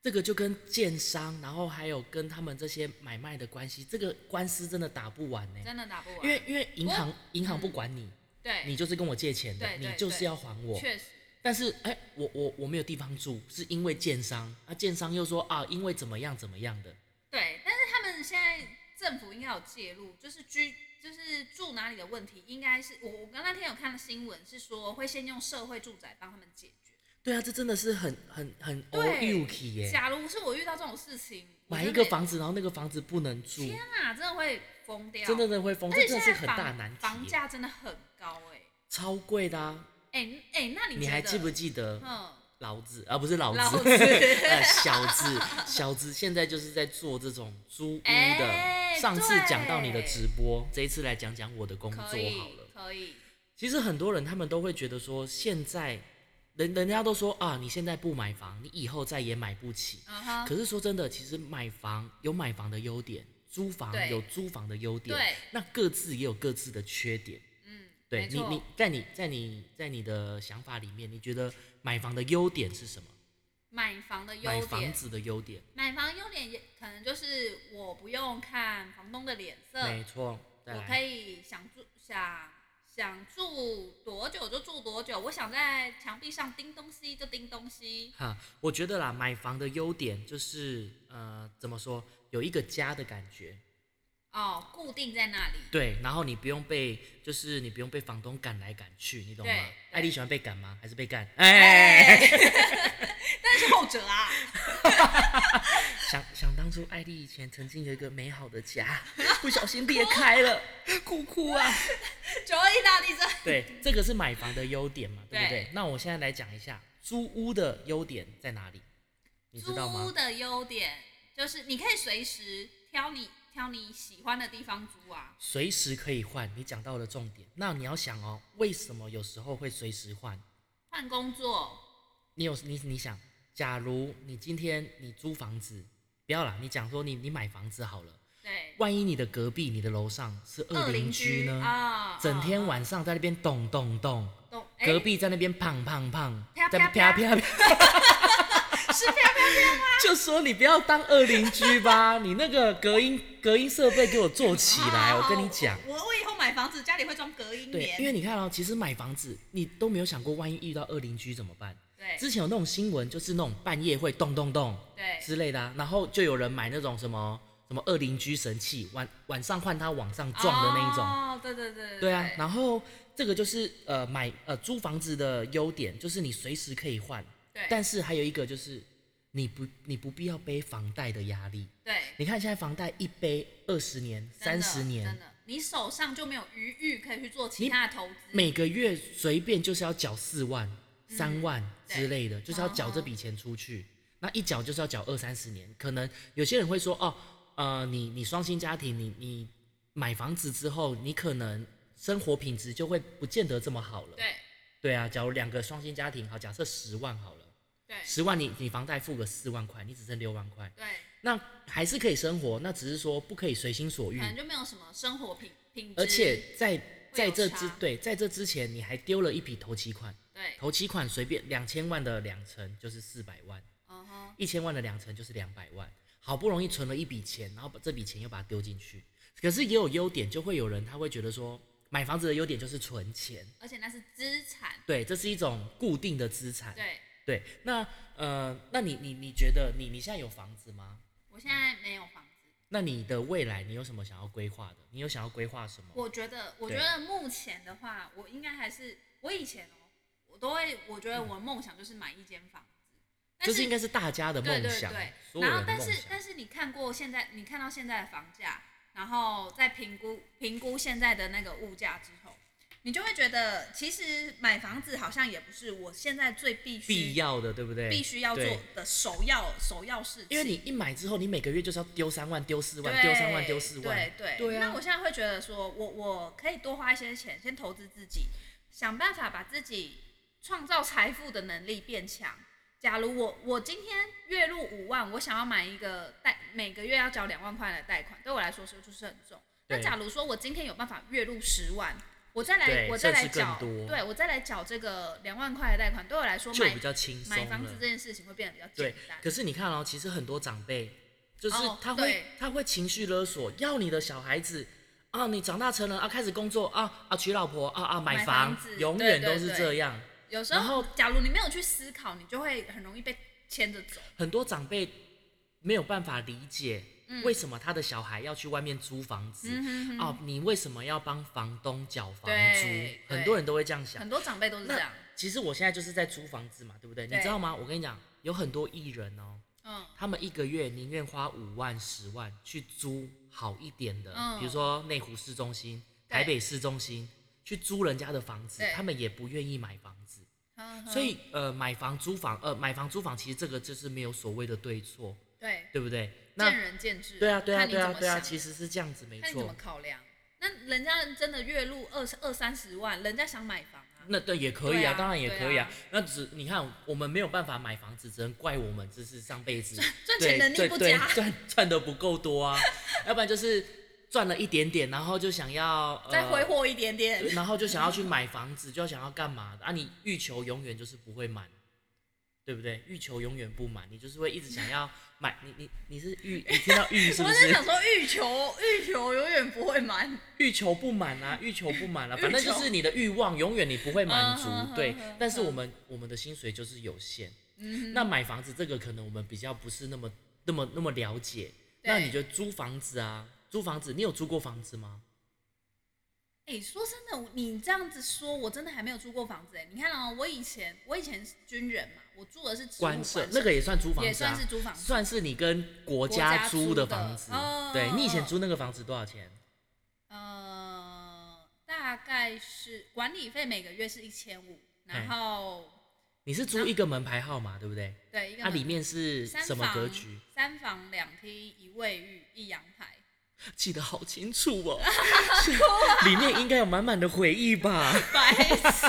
Speaker 1: 这个就跟建商，然后还有跟他们这些买卖的关系，这个官司真的打不完欸呢、
Speaker 2: 真的打不完。
Speaker 1: 因为因为银行
Speaker 2: 我
Speaker 1: 银行不管你，
Speaker 2: 对，
Speaker 1: 你就是跟我借钱的，
Speaker 2: 对
Speaker 1: 你
Speaker 2: 对
Speaker 1: 就是
Speaker 2: 对
Speaker 1: 要还我。
Speaker 2: 确实
Speaker 1: 但是哎、我我我没有地方住，是因为建商啊，建商又说啊，因为怎么样怎么样的，
Speaker 2: 对，但是他们现在政府应该有介入，就是居就是住哪里的问题，应该是我我刚那天有看到新闻是说会先用社会住宅帮他们解决。
Speaker 1: 对啊，这真的是很很很 o
Speaker 2: 对
Speaker 1: u k 耶，
Speaker 2: 假如是我遇到这种事情，我
Speaker 1: 买
Speaker 2: 真
Speaker 1: 一个
Speaker 2: 的，
Speaker 1: 房子，然后那个房子不能住，
Speaker 2: 天啊，真的会疯掉，
Speaker 1: 真的。真的会疯，
Speaker 2: 而
Speaker 1: 这
Speaker 2: 且
Speaker 1: 真
Speaker 2: 现
Speaker 1: 的是
Speaker 2: 在
Speaker 1: 很
Speaker 2: 房
Speaker 1: 大难题
Speaker 2: 房
Speaker 1: 耶，
Speaker 2: 价真的很高哎、
Speaker 1: 超贵的啊！
Speaker 2: 哎、哎、那你
Speaker 1: 你
Speaker 2: 觉
Speaker 1: 还
Speaker 2: 得
Speaker 1: 记不？记得
Speaker 2: 嗯，
Speaker 1: 老子啊，不是老子，
Speaker 2: 老子
Speaker 1: 呃，小子，小子现在就是在做这种租屋的。
Speaker 2: 哎
Speaker 1: 上次
Speaker 2: 对
Speaker 1: 讲到你的直播，这一次来讲讲我的工作
Speaker 2: 可
Speaker 1: 好
Speaker 2: 以
Speaker 1: 了。
Speaker 2: 可以，
Speaker 1: 其实很多人他们都会觉得说，现在人人家都说啊，你现在不买房，你以后再也买不起。
Speaker 2: 嗯哼，
Speaker 1: 可是说真的，其实买房有买房的优点，租房
Speaker 2: 对
Speaker 1: 有租房的优点，
Speaker 2: 对
Speaker 1: 那各自也有各自的缺点。
Speaker 2: 嗯，
Speaker 1: 对
Speaker 2: 没
Speaker 1: 你，
Speaker 2: 错
Speaker 1: 你在你在你在你的想法里面，你觉得买房的优点是什么？
Speaker 2: 买房的优
Speaker 1: 买
Speaker 2: 点，
Speaker 1: 房子的优点，
Speaker 2: 买房优点也可能就是我不用看房东的脸色，
Speaker 1: 没错。再
Speaker 2: 我
Speaker 1: 来
Speaker 2: 可以想住想想住多久就住多久，我想在墙壁上钉东西就钉东西。
Speaker 1: 哈，我觉得啦，买房的优点就是呃，怎么说，有一个家的感觉。
Speaker 2: 哦，固定在那里。
Speaker 1: 对，然后你不用被，就是你不用被房东赶来赶去，你懂吗
Speaker 2: 对？
Speaker 1: 艾丽喜欢被赶吗？还是被干？
Speaker 2: 哎
Speaker 1: 哎，，
Speaker 2: 但是后者啊，
Speaker 1: 想想当初，艾丽以前曾经有一个美好的 家，不小心裂开了，哭哭啊！
Speaker 2: 九二意大利这
Speaker 1: 对，这个是买房的优点嘛，对不对？
Speaker 2: 对
Speaker 1: 那我现在来讲一下租屋的优点在哪里，你知道
Speaker 2: 租屋
Speaker 1: 吗？
Speaker 2: 的优点就是你可以随时挑你挑你喜欢的地方租啊。
Speaker 1: 随时可以换，你讲到了重点。那你要想哦，为什么有时候会随时换？
Speaker 2: 换工作，
Speaker 1: 你有你你想，假如你今天你租房子，不要啦，你讲说你你买房子好了，
Speaker 2: 对，
Speaker 1: 万一你的隔壁、你的楼上是
Speaker 2: 二
Speaker 1: 恶邻
Speaker 2: 邻
Speaker 1: 居呢？
Speaker 2: 啊，
Speaker 1: 整天
Speaker 2: 啊
Speaker 1: 晚上在那边咚咚咚，
Speaker 2: 啊懂哎
Speaker 1: 隔壁在那边胖胖胖，
Speaker 2: 啪
Speaker 1: 在
Speaker 2: 啪
Speaker 1: 啪
Speaker 2: 啪
Speaker 1: 啪啪，
Speaker 2: 是啪啪啪吗？
Speaker 1: 就说你不要当恶邻居吧，你那个隔音隔音设备给我做起 来，
Speaker 2: 哦
Speaker 1: 我跟你讲。
Speaker 2: 我我以后买房子家里会装隔音
Speaker 1: 对，
Speaker 2: 棉，
Speaker 1: 因为你看哦，其实买房子你都没有想过，万一遇到恶邻居怎么办？
Speaker 2: 对
Speaker 1: 之前有那种新闻，就是那种半夜会咚咚咚
Speaker 2: 对
Speaker 1: 之类的、啊，然后就有人买那种什么什么恶邻居神器，晚晚上换它往上撞的那一种。
Speaker 2: 哦，对对对
Speaker 1: 对啊，然后这个就是呃买呃租房子的优点，就是你随时可以换，
Speaker 2: 对
Speaker 1: 但是还有一个就是你不你不必要背房贷的压力。
Speaker 2: 对，
Speaker 1: 你看现在房贷一背二十年、
Speaker 2: 真
Speaker 1: 三
Speaker 2: 的
Speaker 1: 十
Speaker 2: 真
Speaker 1: 年，
Speaker 2: 的，你手上就没有余裕可以去做其他的投资，
Speaker 1: 每个月随便就是要缴四万、三万
Speaker 2: 嗯对哦
Speaker 1: 之类的，就是要缴这笔钱出去。那一缴就是要缴二三十年，可能有些人会说哦，呃，你你双薪家庭，你你买房子之后，你可能生活品质就会不见得这么好了。
Speaker 2: 对
Speaker 1: 对啊，假如两个双薪家庭，好，假设十万好了，
Speaker 2: 对
Speaker 1: 十万你你房贷付个四万块，你只剩六万块，
Speaker 2: 对，
Speaker 1: 那还是可以生活，那只是说不可以随心所欲
Speaker 2: 可，能就没有什么生活品品质，
Speaker 1: 而且在在
Speaker 2: 有
Speaker 1: 这
Speaker 2: 差
Speaker 1: 之对在这之前，你还丢了一笔头期款，
Speaker 2: 对，
Speaker 1: 头期款随便两千万的两成就是四百万，
Speaker 2: 嗯哼，
Speaker 1: 一千万的两成就是两百万，好不容易存了一笔钱，然后把这笔钱又把它丢进去，可是也有优点，就会有人他会觉得说，买房子的优点就是存钱，
Speaker 2: 而且那是资产，
Speaker 1: 对，这是一种固定的资产，
Speaker 2: 对
Speaker 1: 对，那呃，那你你你觉得你你现在有房子吗？
Speaker 2: 我现在没有房子。
Speaker 1: 那你的未来你有什么想要规划的？你有想要规划什么？
Speaker 2: 我觉得，我
Speaker 1: 对
Speaker 2: 觉得目前的话，我应该还是我以前哦，我都会，我觉得我的梦想就是买一间房子，
Speaker 1: 嗯
Speaker 2: 但
Speaker 1: 这
Speaker 2: 是
Speaker 1: 是应该是大家的
Speaker 2: 对
Speaker 1: 梦
Speaker 2: 对
Speaker 1: 想，所有
Speaker 2: 对，然后
Speaker 1: 人的
Speaker 2: 但
Speaker 1: 梦
Speaker 2: 是
Speaker 1: 想
Speaker 2: 但。是你看过现在，你看到现在的房价，然后再评估评估现在的那个物价之后，你就会觉得，其实买房子好像也不是我现在最必须
Speaker 1: 必要的，对不对？
Speaker 2: 必须要做
Speaker 1: 对
Speaker 2: 的首要首要事情，
Speaker 1: 因为你一买之后，你每个月就是要丢三万、丢四万、
Speaker 2: 对
Speaker 1: 丢三万、丢四万，
Speaker 2: 对对。
Speaker 1: 对啊
Speaker 2: 那我现在会觉得说，我我可以多花一些钱，先投资自己，想办法把自己创造财富的能力变强。假如我我今天月入五万，我想要买一个贷，每个月要缴两万块的贷款，对我来说是就是很重。那
Speaker 1: 对
Speaker 2: 假如说我今天有办法月入十万，我再来
Speaker 1: 对
Speaker 2: 我再来
Speaker 1: 甚至更
Speaker 2: 缴，
Speaker 1: 多
Speaker 2: 对我再来缴这个两万块的贷款，对我来说
Speaker 1: 就
Speaker 2: 买
Speaker 1: 比较轻松
Speaker 2: 买房
Speaker 1: 了
Speaker 2: 子。这件事情会变得比较
Speaker 1: 对
Speaker 2: 简单，。
Speaker 1: 可是你看哦，其实很多长辈就是
Speaker 2: 哦
Speaker 1: 他会、
Speaker 2: 对
Speaker 1: 他会情绪勒索，要你的小孩子啊，你长大成人啊，开始工作啊啊，娶老婆啊啊，
Speaker 2: 买
Speaker 1: 房，
Speaker 2: 房子
Speaker 1: 永
Speaker 2: 对
Speaker 1: 远
Speaker 2: 对
Speaker 1: 都是
Speaker 2: 对
Speaker 1: 这样。
Speaker 2: 有时
Speaker 1: 然
Speaker 2: 候
Speaker 1: 后，
Speaker 2: 假如你没有去思考，你就会很容易被牵着走。
Speaker 1: 很多长辈没有办法理解。
Speaker 2: 嗯
Speaker 1: 为什么他的小孩要去外面租房子？哦，你为什么要帮房东缴房租
Speaker 2: 对？
Speaker 1: 很
Speaker 2: 对
Speaker 1: 多人都会这样想
Speaker 2: 很。多长辈都是这样
Speaker 1: 那。其实我现在就是在租房子嘛，对不对？
Speaker 2: 对
Speaker 1: 你知道吗？我跟你讲，有很多艺人哦，
Speaker 2: 嗯，
Speaker 1: 他们一个月宁愿花五万、十万去租好一点的，
Speaker 2: 嗯
Speaker 1: 比如说内湖市中心、
Speaker 2: 对
Speaker 1: 台北市中心去租人家的房子
Speaker 2: 对，
Speaker 1: 他们也不愿意买房子。
Speaker 2: 嗯哼
Speaker 1: 所以呃，买房租房，呃，买房租房，其实这个就是没有所谓的对错，
Speaker 2: 对，
Speaker 1: 对不对？那
Speaker 2: 见仁见智。
Speaker 1: 对啊，对啊，
Speaker 2: 看你
Speaker 1: 对
Speaker 2: 怎
Speaker 1: 啊，
Speaker 2: 么
Speaker 1: 对啊，
Speaker 2: 想
Speaker 1: 其实是这样子，没
Speaker 2: 看你怎
Speaker 1: 错
Speaker 2: 么。考量。那人家真的月入二十二三十万，人家想买房啊，
Speaker 1: 那对也可以啊，
Speaker 2: 对啊
Speaker 1: 当然也可以啊
Speaker 2: 对。
Speaker 1: 那只你看，我们没有办法买房子，只能怪我们，这是上辈 子
Speaker 2: 赚
Speaker 1: 对
Speaker 2: 钱能力
Speaker 1: 对
Speaker 2: 不
Speaker 1: 对
Speaker 2: 佳
Speaker 1: 赚 赚的不够多啊，要不然就是赚了一点点，然后就想要、呃、
Speaker 2: 再挥霍一点点，
Speaker 1: 然后就想要去买房子，就要想要干嘛啊？你欲求永远就是不会满，对不对？欲求永远不满，你就是会一直想要买。你你你是欲，你听到欲是不
Speaker 2: 我在
Speaker 1: 是
Speaker 2: 想？说，欲求欲求永远不会满，
Speaker 1: 欲求不满 啊，欲求不满啊，
Speaker 2: 欲
Speaker 1: 反正就
Speaker 2: 求
Speaker 1: 是你的欲望永远你不会满足
Speaker 2: 嗯哼。
Speaker 1: 对
Speaker 2: 哼哼，
Speaker 1: 但是我们我们的薪水就是有限。
Speaker 2: 嗯
Speaker 1: 那买房子这个可能我们比较不是那么那么那么了解。
Speaker 2: 对
Speaker 1: 那你觉得租房子啊？租房子，你有租过房子吗？
Speaker 2: 哎、说真的，我你这样子说，我真的还没有住过房子哎、你看哦，我以前我以前是军人嘛，我住的是职务
Speaker 1: 官舍
Speaker 2: 舍，
Speaker 1: 那个也算租房子啊，
Speaker 2: 也算是租房子
Speaker 1: 算是你跟国
Speaker 2: 国
Speaker 1: 家
Speaker 2: 家租
Speaker 1: 租的
Speaker 2: 的
Speaker 1: 房子。
Speaker 2: 哦
Speaker 1: 对
Speaker 2: 哦
Speaker 1: 你以前
Speaker 2: 哦
Speaker 1: 租那个房子多少钱？
Speaker 2: 呃，大概是管理费每个月是一千五，
Speaker 1: 哎
Speaker 2: 然后
Speaker 1: 你是租一个门牌号码，对不对？
Speaker 2: 对一个
Speaker 1: 它、里
Speaker 2: 门
Speaker 1: 面是
Speaker 2: 三
Speaker 1: 什么
Speaker 2: 房
Speaker 1: 格局？？
Speaker 2: 三房两厅一卫浴一阳 台，
Speaker 1: 记得好清楚 哦，是里面应该有满满的回忆吧。
Speaker 2: 白痴。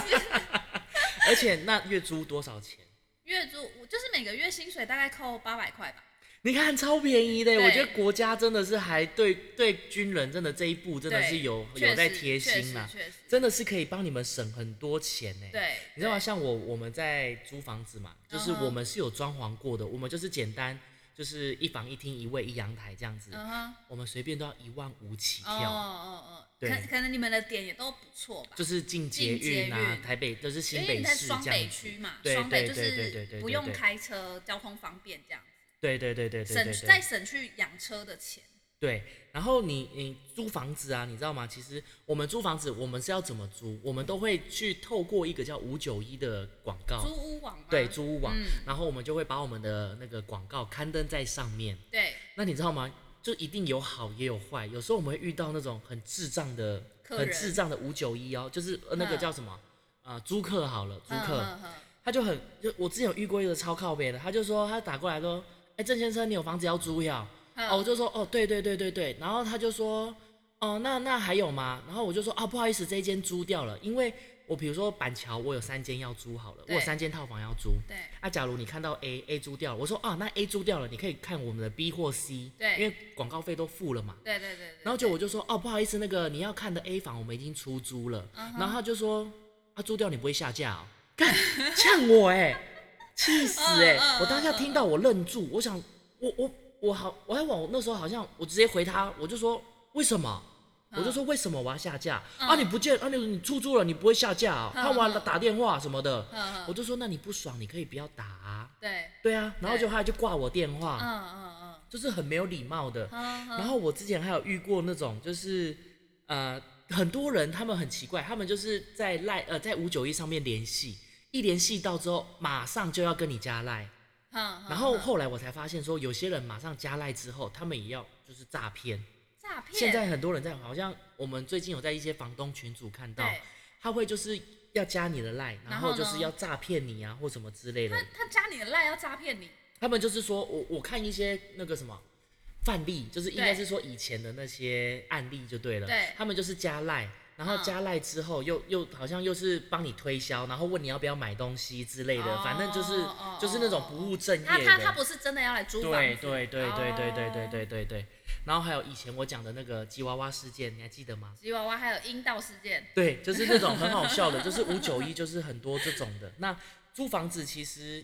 Speaker 1: 而且那月租多少钱？
Speaker 2: 月租我就是每个月薪水大概扣八百块吧，
Speaker 1: 你看超便宜的，
Speaker 2: 对
Speaker 1: 我觉得国家真的是还对对军人真的这一步真的
Speaker 2: 对
Speaker 1: 是有
Speaker 2: 确
Speaker 1: 有在
Speaker 2: 实
Speaker 1: 贴
Speaker 2: 确
Speaker 1: 心啊
Speaker 2: 实
Speaker 1: 啦，
Speaker 2: 确实
Speaker 1: 真的是可以帮你们省很多钱呢。
Speaker 2: 对，
Speaker 1: 你知道吗？
Speaker 2: 对
Speaker 1: 像我我们在租房子嘛，就是
Speaker 2: 嗯哼
Speaker 1: 我们是有装潢过的，我们就是简单就是一房一厅一卫一阳台这样子，
Speaker 2: 嗯哼。
Speaker 1: 我们随便都要一万五起
Speaker 2: 哦
Speaker 1: 跳，
Speaker 2: 哦哦，
Speaker 1: 对
Speaker 2: 可可能你们的点也都不错吧，
Speaker 1: 就是进捷运
Speaker 2: 进捷
Speaker 1: 啊
Speaker 2: 运，
Speaker 1: 台北都是
Speaker 2: 因
Speaker 1: 新
Speaker 2: 为
Speaker 1: 北
Speaker 2: 你在
Speaker 1: 市
Speaker 2: 双
Speaker 1: 这
Speaker 2: 北
Speaker 1: 样子
Speaker 2: 区嘛，
Speaker 1: 对
Speaker 2: 双北
Speaker 1: 对
Speaker 2: 就
Speaker 1: 对对对
Speaker 2: 是
Speaker 1: 对
Speaker 2: 不
Speaker 1: 对
Speaker 2: 用
Speaker 1: 对
Speaker 2: 开车，交通方便这样，
Speaker 1: 对对对对对对
Speaker 2: 省
Speaker 1: 对，
Speaker 2: 再省去养车的钱。
Speaker 1: 对，然后你你租房子啊，你知道吗？其实我们租房子，我们是要怎么租？我们都会去透过一个叫五九一的广告
Speaker 2: 租，屋网吗？
Speaker 1: 哦对，租屋网，
Speaker 2: 嗯
Speaker 1: 然后我们就会把我们的那个广告刊登在上面。
Speaker 2: 对
Speaker 1: 那你知道吗？就一定有好也有坏，有时候我们会遇到那种很智障的、
Speaker 2: 客
Speaker 1: 很
Speaker 2: 人
Speaker 1: 智障的五九一哦，就是呃那个
Speaker 2: 嗯
Speaker 1: 叫什么啊、呃租客好了，租
Speaker 2: 嗯
Speaker 1: 客，
Speaker 2: 嗯嗯
Speaker 1: 他就很就我之前有遇过一个超靠北的，他就说他打过来说，哎、郑先生，你有房子要租呀？
Speaker 2: 嗯
Speaker 1: 哦，我就说哦，对对对对对，然后他就说哦，那那还有吗？然后我就说啊、不好意思，这一间租掉了，因为我比如说板桥，我有三间要租好了，我有
Speaker 2: 对
Speaker 1: 三间套房要租。
Speaker 2: 对
Speaker 1: 啊，假如你看到 A A 租掉了，我说啊，那 A 租掉了，你可以看我们的 B 或 C，
Speaker 2: 对
Speaker 1: 因为广告费都付了嘛。
Speaker 2: 对对对对，
Speaker 1: 然后就我就
Speaker 2: 就
Speaker 1: 说哦，不好意思，那个你要看的 A 房我们已经出租了。
Speaker 2: 嗯
Speaker 1: 然后他就说啊，租掉你不会下架哦？干，呛我哎、气死哎、
Speaker 2: 嗯嗯
Speaker 1: 我当下听到我愣住，我想我我我好，我还往那时候好像我直接回他，我就说为什么？
Speaker 2: 嗯
Speaker 1: 我就说为什么我要下架、啊？你不见啊？你你出租了，你不会下架啊、
Speaker 2: 嗯
Speaker 1: 他完了
Speaker 2: 嗯
Speaker 1: 打电话什么的，
Speaker 2: 嗯嗯
Speaker 1: 我就说那你不爽，你可以不要打、啊。
Speaker 2: 对，
Speaker 1: 对啊，然后
Speaker 2: 对
Speaker 1: 就后来就挂我电话。
Speaker 2: 嗯嗯
Speaker 1: 就是很没有礼貌的。
Speaker 2: 嗯
Speaker 1: 然后我之前还有遇过那种，就是呃，很多人他们很奇怪，他们就是在赖呃在五九一上面联系，一联系到之后马上就要跟你加赖，
Speaker 2: 嗯嗯，
Speaker 1: 然后后来我才发现说，有些人马上加赖之后，他们也要就是诈骗。
Speaker 2: 诈骗
Speaker 1: 现在很多人在，好像我们最近有在一些房东群组看到
Speaker 2: 对，
Speaker 1: 他会就是要加你的赖，然
Speaker 2: 然后
Speaker 1: 后就
Speaker 2: 呢
Speaker 1: 是要诈骗你啊或什么之类的
Speaker 2: 他。他加你的赖要诈骗你，
Speaker 1: 他们就是说我我看一些那个什么范例，就是应该是说以前的那些案例就对了。
Speaker 2: 对
Speaker 1: 他们就是加赖，然后
Speaker 2: 嗯
Speaker 1: 加赖之后又、又好像又是帮你推销，然后问你要不要买东西之类的，
Speaker 2: 哦
Speaker 1: 反正就是、
Speaker 2: 哦
Speaker 1: 就是那种不务正业
Speaker 2: 他
Speaker 1: 的。
Speaker 2: 他他不是真的要来租房
Speaker 1: 对
Speaker 2: 子
Speaker 1: 对对对对对对
Speaker 2: 哦
Speaker 1: 对对对。然后还有以前我讲的那个吉娃娃事件，你还记得吗？
Speaker 2: 吉娃娃还有阴道事件，
Speaker 1: 对，就是那种很好笑的，就是五九一，就是很多这种的。那租房子其实，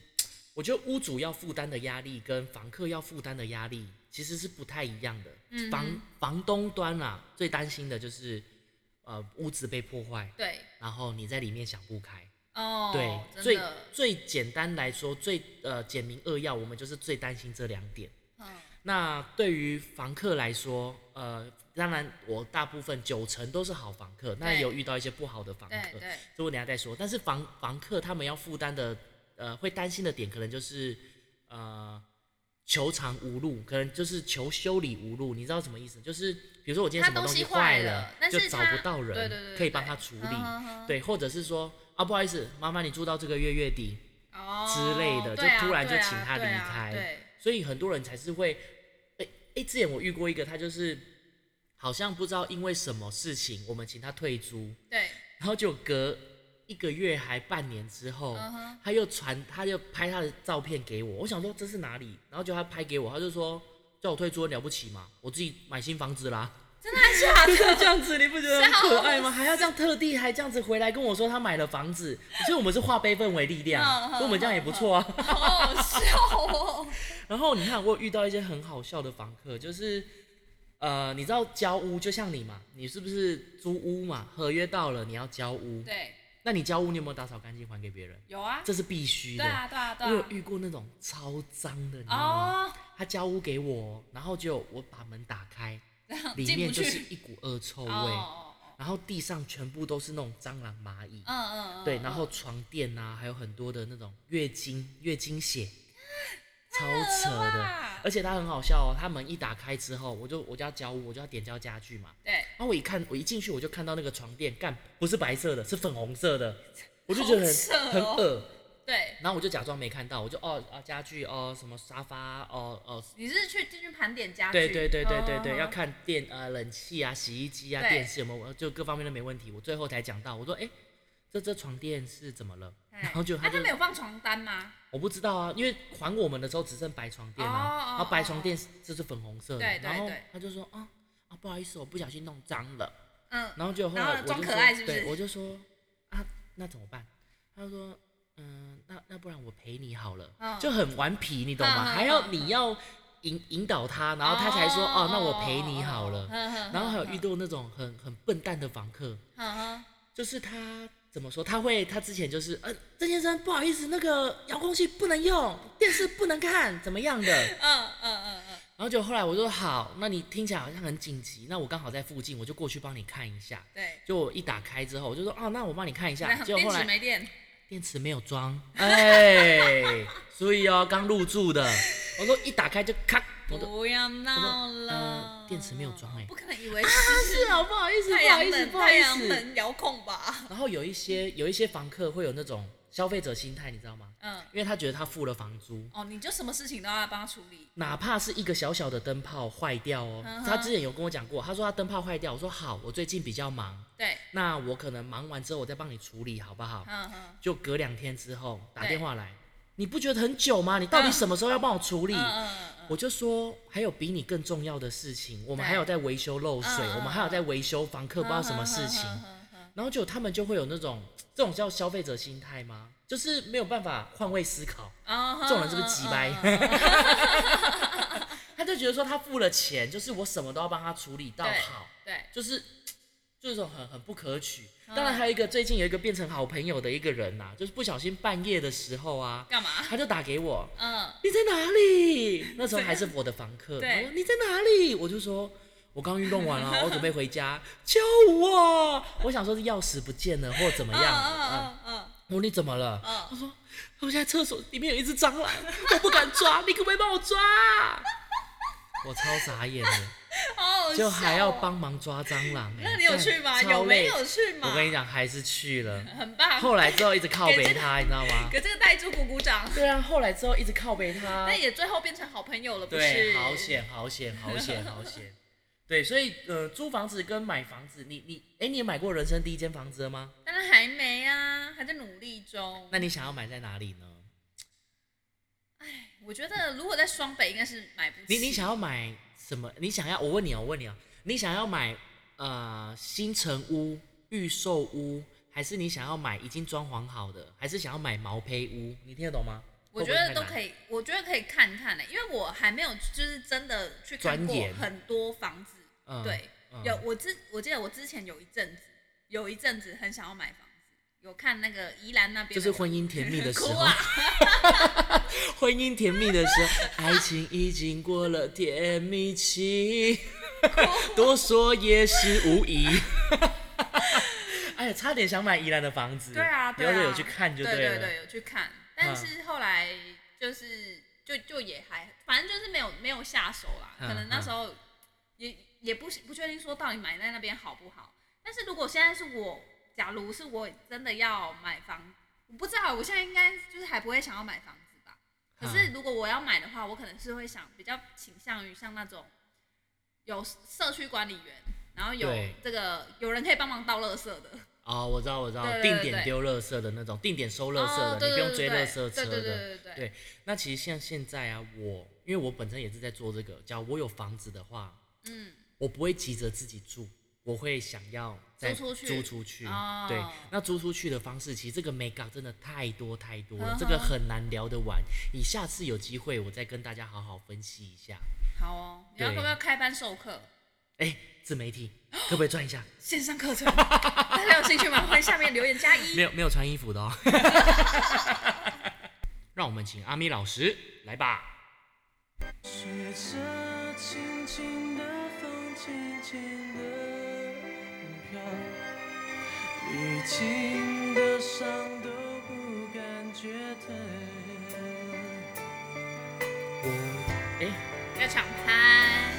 Speaker 1: 我觉得屋主要负担的压力跟房客要负担的压力其实是不太一样的。
Speaker 2: 嗯
Speaker 1: 房房东端啊，最担心的就是，呃，屋子被破坏，
Speaker 2: 对
Speaker 1: 然后你在里面想不开。
Speaker 2: 哦，
Speaker 1: 对，
Speaker 2: 真
Speaker 1: 最
Speaker 2: 的，
Speaker 1: 最简单来说，最呃简明扼要，我们就是最担心这两点。
Speaker 2: 嗯
Speaker 1: 那对于房客来说，呃，当然我大部分九成都是好房客，那也有遇到一些不好的房客，
Speaker 2: 对对
Speaker 1: 这我等一下再说。但是房房客他们要负担的，呃，会担心的点可能就是，呃，求偿无路，可能就是求修理无路。你知道什么意思？就是比如说我今天
Speaker 2: 他
Speaker 1: 什么
Speaker 2: 东
Speaker 1: 西
Speaker 2: 西
Speaker 1: 坏
Speaker 2: 坏了但
Speaker 1: 就是找
Speaker 2: 他
Speaker 1: 不到人，
Speaker 2: 对对对
Speaker 1: 可以
Speaker 2: 对
Speaker 1: 帮他处理，
Speaker 2: 嗯嗯嗯
Speaker 1: 对，或者是说啊，不好意思，麻烦你住到这个月月底，
Speaker 2: 哦
Speaker 1: 之类的，
Speaker 2: 对啊
Speaker 1: 就突然就
Speaker 2: 对啊
Speaker 1: 请他离
Speaker 2: 对啊
Speaker 1: 开。
Speaker 2: 对，
Speaker 1: 所以很多人才是会，哎、哎、之前我遇过一个，他就是好像不知道因为什么事情，我们请他退租，
Speaker 2: 对，
Speaker 1: 然后就隔一个月还半年之后
Speaker 2: 嗯哼
Speaker 1: 他又传，他就拍他的照片给我，我想说这是哪里，然后就他拍给我，他就说叫我退租了不起嘛，我自己买新房子 啦。
Speaker 2: 真的还是假的？
Speaker 1: 这样子你不觉得
Speaker 2: 啊
Speaker 1: 很可爱吗？还要这样特地还这样子回来跟我说他买了房子，所以我们是化悲愤为力量
Speaker 2: 嗯，嗯
Speaker 1: 所以我们这样也不错啊。
Speaker 2: 好好笑哦！
Speaker 1: 然后你看，我有遇到一些很好笑的房客，就是呃，你知道交屋就像你嘛，你是不是租屋嘛？合约到了你要交屋，
Speaker 2: 对，
Speaker 1: 那你交屋你有没有打扫干净还给别人？
Speaker 2: 有啊，
Speaker 1: 这是必须
Speaker 2: 对啊，
Speaker 1: 的。
Speaker 2: 对啊，
Speaker 1: 我
Speaker 2: 对
Speaker 1: 有
Speaker 2: 啊。
Speaker 1: 遇过那种超脏的，你知道吗？
Speaker 2: 哦，
Speaker 1: 他交屋给我，然后就我把门打开，里
Speaker 2: 进
Speaker 1: 面
Speaker 2: 不
Speaker 1: 就是
Speaker 2: 去。
Speaker 1: 一股恶臭
Speaker 2: 哦
Speaker 1: 味。
Speaker 2: 哦，哦
Speaker 1: 然后地上全部都是那种蟑螂、蚂蚁，
Speaker 2: 嗯嗯嗯，
Speaker 1: 对，
Speaker 2: 嗯
Speaker 1: 然后床垫啊，还有很多的那种月经、月经血，
Speaker 2: 啊
Speaker 1: 超扯
Speaker 2: 了
Speaker 1: 的
Speaker 2: 吧。
Speaker 1: 而且它很好笑哦，它门一打开之后，我就我就要交屋，我就要点交家具嘛。
Speaker 2: 对，
Speaker 1: 然后我一看，我一进去我就看到那个床垫，干不是白色的，是粉红色 的，我就觉得
Speaker 2: 好扯哦
Speaker 1: 很很恶。
Speaker 2: 对，
Speaker 1: 然后我就假装没看到，我就哦啊家具哦什么沙发哦哦。
Speaker 2: 你是去进去盘点家具？
Speaker 1: 对对对对对
Speaker 2: 嗯
Speaker 1: 对，
Speaker 2: 嗯
Speaker 1: 要
Speaker 2: 嗯
Speaker 1: 看电呃冷气啊、洗衣机啊、
Speaker 2: 对
Speaker 1: 电视有没有，就各方面都没问题。我最后才讲到，我说哎、诶这这床垫是怎么了？
Speaker 2: 哎
Speaker 1: 然后就
Speaker 2: 那
Speaker 1: 他就
Speaker 2: 他没有放床单吗？
Speaker 1: 我不知道啊，因为还我们的时候只剩白床垫啊，
Speaker 2: 哦哦
Speaker 1: 然后白床垫是就是粉红色的，
Speaker 2: 对对
Speaker 1: 然后
Speaker 2: 对
Speaker 1: 他就说啊啊不好意思，我不小心弄脏了，
Speaker 2: 嗯，
Speaker 1: 然后就后来
Speaker 2: 然
Speaker 1: 我
Speaker 2: 后
Speaker 1: 就
Speaker 2: 装可
Speaker 1: 说
Speaker 2: 爱是不是
Speaker 1: 对，我就说啊那怎么办？他就说嗯那那不然我陪你好了，
Speaker 2: 嗯
Speaker 1: 就很顽皮，你懂吗？
Speaker 2: 嗯嗯
Speaker 1: 还要
Speaker 2: 嗯
Speaker 1: 你要引引导他，然后他才说哦那我陪你好
Speaker 2: 哦
Speaker 1: 了，然
Speaker 2: 然
Speaker 1: 后还有遇到那种很很笨蛋的房客，
Speaker 2: 嗯
Speaker 1: 就是他怎么说？他会他之前就是，呃，郑先生不好意思，那个遥控器不能用，电视不能看，怎么样的？ 然
Speaker 2: 嗯嗯嗯，
Speaker 1: 后就后来我说好，那你听起来好像很紧急，那我刚好在附近，我就过去帮你看一下。
Speaker 2: 对。
Speaker 1: 就我一打开之后，我就说哦，那我帮你看一下。结果
Speaker 2: 电
Speaker 1: 后
Speaker 2: 池
Speaker 1: 来
Speaker 2: 没电，
Speaker 1: 电池没有装，哎，所以哦，刚入住的，我说一打开就咔，我就
Speaker 2: 不要闹
Speaker 1: 我说
Speaker 2: 了
Speaker 1: 呃。电池没有装哎
Speaker 2: 不可能以为是
Speaker 1: 是哦，不好意思，
Speaker 2: 太
Speaker 1: 不好
Speaker 2: 阳
Speaker 1: 意思，
Speaker 2: 能
Speaker 1: 不好
Speaker 2: 太
Speaker 1: 意
Speaker 2: 阳
Speaker 1: 思。
Speaker 2: 能遥控吧？
Speaker 1: 然后有一些有一些房客会有那种消费者心态，你知道吗？
Speaker 2: 嗯，
Speaker 1: 因为他觉得他付了房租，
Speaker 2: 哦，你就什么事情都要帮他处理。
Speaker 1: 哪怕是一个小小的灯泡坏掉哦。
Speaker 2: 嗯哼
Speaker 1: 他之前有跟我讲过，他说他灯泡坏掉，我说好，我最近比较忙，
Speaker 2: 对，
Speaker 1: 那我可能忙完之后我再帮你处理，好不好？
Speaker 2: 嗯嗯
Speaker 1: 就隔两天之后打
Speaker 2: 对
Speaker 1: 电话来，你不觉得很久吗？你到底什么时候要帮我处理？
Speaker 2: 嗯嗯嗯，
Speaker 1: 我就说，还有比你更重要的事情，我们
Speaker 2: 对
Speaker 1: 还有在维修漏水，
Speaker 2: 嗯嗯
Speaker 1: 我们还有在维修房客不知道什么事情，然后就他们就会有那种这种叫消费者心态吗？就是没有办法换位思考，
Speaker 2: 啊，
Speaker 1: 这种人是不是急
Speaker 2: 嗯
Speaker 1: 掰？ 他就觉得说他付了钱，就是我什么都要帮他处理到
Speaker 2: 对
Speaker 1: 好，
Speaker 2: 对，
Speaker 1: 就是就是这种很很不可取。
Speaker 2: 嗯
Speaker 1: 当然还有一个最近有一个变成好朋友的一个人呐、就是不小心半夜的时候啊，
Speaker 2: 干嘛？
Speaker 1: 他就打给我，
Speaker 2: 嗯，
Speaker 1: 你在哪里？那时候还是我的房客，
Speaker 2: 对
Speaker 1: 他说你在哪里？我就说。我刚运动完了，我准备回家。 救我！我想说是钥匙不见了，或怎么
Speaker 2: 嗯
Speaker 1: 样？
Speaker 2: 嗯嗯
Speaker 1: 我说哦你怎么了？
Speaker 2: 嗯
Speaker 1: 他说我现在厕所里面有一只蟑螂， 我不敢抓，你可不可以帮我抓啊？我超傻眼 的，
Speaker 2: 嗯，哦，
Speaker 1: 就还要帮忙抓蟑螂、哎
Speaker 2: 那你有去吗？
Speaker 1: 干超
Speaker 2: 有没
Speaker 1: 累
Speaker 2: 有去吗？
Speaker 1: 我跟你讲，还是去了。
Speaker 2: 很棒。
Speaker 1: 后来之后一直靠
Speaker 2: 给
Speaker 1: 背
Speaker 2: 这个
Speaker 1: 他，你知道 吗？
Speaker 2: 给这个带猪鼓鼓掌，
Speaker 1: 对啊，后来之后一直靠背他
Speaker 2: 但。也最后变成好朋友了，不
Speaker 1: 对，
Speaker 2: 是？
Speaker 1: 好险，好险，好 险，好险。对，所以呃，租房子跟买房子，你你，哎、你有买过人生第一间房子了吗？
Speaker 2: 但是还没啊，还在努力中。
Speaker 1: 那你想要买在哪里呢？
Speaker 2: 我觉得如果在双北应该是买不起。
Speaker 1: 你你想要买什么？你想要我问你啊，我问你啊，你想要买呃新城屋、预售屋，还是你想要买已经装潢好的，还是想要买毛坯屋？你听得懂吗？
Speaker 2: 我觉得都
Speaker 1: 以。
Speaker 2: 可以，我觉得可以看看欸呢、因为我还没有就是真的去看
Speaker 1: 钻
Speaker 2: 过
Speaker 1: 研
Speaker 2: 很多房子。
Speaker 1: 嗯
Speaker 2: 对，
Speaker 1: 嗯
Speaker 2: 有我之我记得我之前有一阵子，有一阵子很想要买房子，有看那个宜兰那边的
Speaker 1: 就是婚姻甜蜜的时
Speaker 2: 哭
Speaker 1: 候
Speaker 2: 啊，
Speaker 1: 婚姻甜蜜的时候，爱情已经过了甜蜜期， 多说也是无益。 哎呀，差点想买宜兰的房子。
Speaker 2: 对啊，对
Speaker 1: 留
Speaker 2: 啊，
Speaker 1: 着有去看就
Speaker 2: 对
Speaker 1: 了。嗯
Speaker 2: 对对，有去看，但是后来就是就就也还，反正就是没有没有下手啦，
Speaker 1: 嗯
Speaker 2: 可能那时候也也不不确定说到底买在那边好不好。但是如果现在是我，假如是我真的要买房，我不知道我现在应该就是还不会想要买房子吧。可是
Speaker 1: 嗯
Speaker 2: 如果我要买的话，我可能是会想比较倾向于像那种有社区管理员，然后有
Speaker 1: 对
Speaker 2: 这个有人可以帮忙倒垃圾的。
Speaker 1: 哦，我知道，我知道，
Speaker 2: 对对
Speaker 1: 定
Speaker 2: 对
Speaker 1: 点
Speaker 2: 对
Speaker 1: 丢垃圾的那种，定点收垃圾的，
Speaker 2: 哦对
Speaker 1: 你不
Speaker 2: 对
Speaker 1: 用
Speaker 2: 对
Speaker 1: 追
Speaker 2: 对
Speaker 1: 垃圾车
Speaker 2: 对
Speaker 1: 的。
Speaker 2: 对对对对
Speaker 1: 那其实像现在啊，我因为我本身也是在做这个，假如我有房子的话，
Speaker 2: 嗯，
Speaker 1: 我不会急着自己住，我会想要再
Speaker 2: 租出去
Speaker 1: 租出去。
Speaker 2: 哦
Speaker 1: 对，那租出去的方式，其实这个 m e g a 真的太多太多了，
Speaker 2: 呵呵
Speaker 1: 这个很难聊得完。你下次有机会，我再跟大家好好分析一下。
Speaker 2: 好哦，你要
Speaker 1: 对
Speaker 2: 不要开班授课？
Speaker 1: 哎，自媒体可不可以赚一下？
Speaker 2: 线上 课程，大家有兴趣吗？欢迎下面留言加一
Speaker 1: 没。有没有穿衣服的哦。 让我们请阿咪老师来吧。
Speaker 4: 学着轻轻的风，轻轻的飘，历经的伤都不感觉疼。我
Speaker 1: 哎，
Speaker 2: 要抢拍，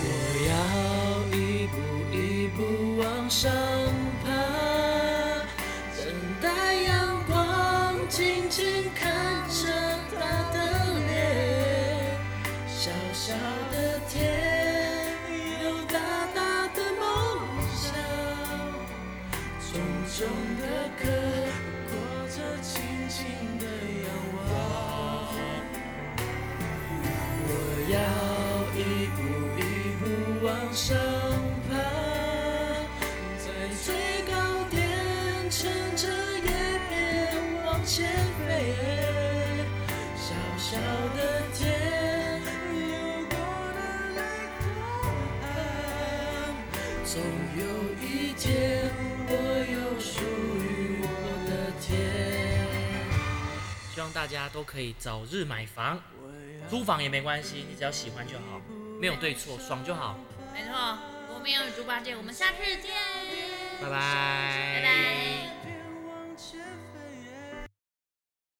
Speaker 4: 我要一步一步往上爬，等待阳光，静静看着他的脸。小小的天，有大大的梦想，重重的壳，裹着轻轻的仰望。我要一步一步往上爬，在最高点乘着叶片往前飞。小小的天，流过的泪多暗，总有一天我有属于我的天。
Speaker 1: 希望大家都可以早日买房，租房也没关系，你只要喜欢就好，没有对错，爽就好。
Speaker 2: 没错，我们有主八戒，我们下次见，
Speaker 1: 拜拜，
Speaker 2: 拜拜。